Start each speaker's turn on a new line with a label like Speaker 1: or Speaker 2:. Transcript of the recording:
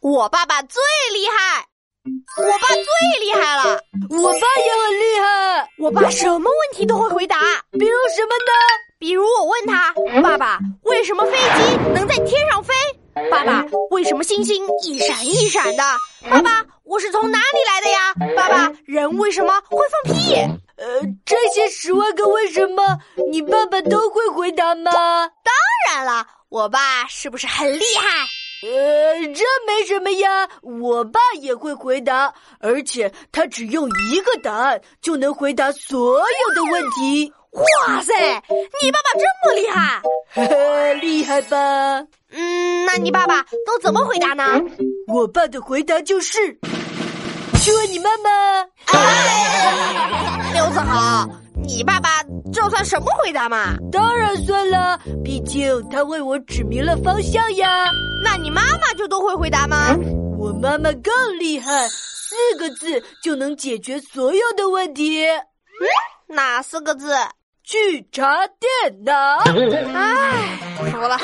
Speaker 1: 我爸爸最厉害，我爸最厉害了，
Speaker 2: 我爸也很厉害，
Speaker 1: 我爸什么问题都会回答。
Speaker 2: 比如什么呢？
Speaker 1: 比如我问他：“爸爸，为什么飞机能在天上飞？”爸爸，为什么星星一闪一闪的？爸爸，我是从哪里来的呀？爸爸，人为什么会放屁？
Speaker 2: 呃，这些十万个为什么，你爸爸都会回答吗？
Speaker 1: 当然了，我爸是不是很厉害？
Speaker 2: 呃，这没什么呀，我爸也会回答，而且他只用一个答案就能回答所有的问题。
Speaker 1: 哇塞，你爸爸这么厉害，
Speaker 2: 呵呵， 厉害吧？
Speaker 1: 嗯，那你爸爸都怎么回答呢？
Speaker 2: 我爸的回答就是：“去问你妈妈。
Speaker 1: 哎，刘子豪，你爸爸这算什么回答嘛？”
Speaker 2: 当然算了，毕竟他为我指明了方向呀。
Speaker 1: 那你妈妈就都会回答吗？
Speaker 2: 我妈妈更厉害，四个字就能解决所有的问题。
Speaker 1: 哪四个字？
Speaker 2: 去查电脑。
Speaker 1: 哎，服了。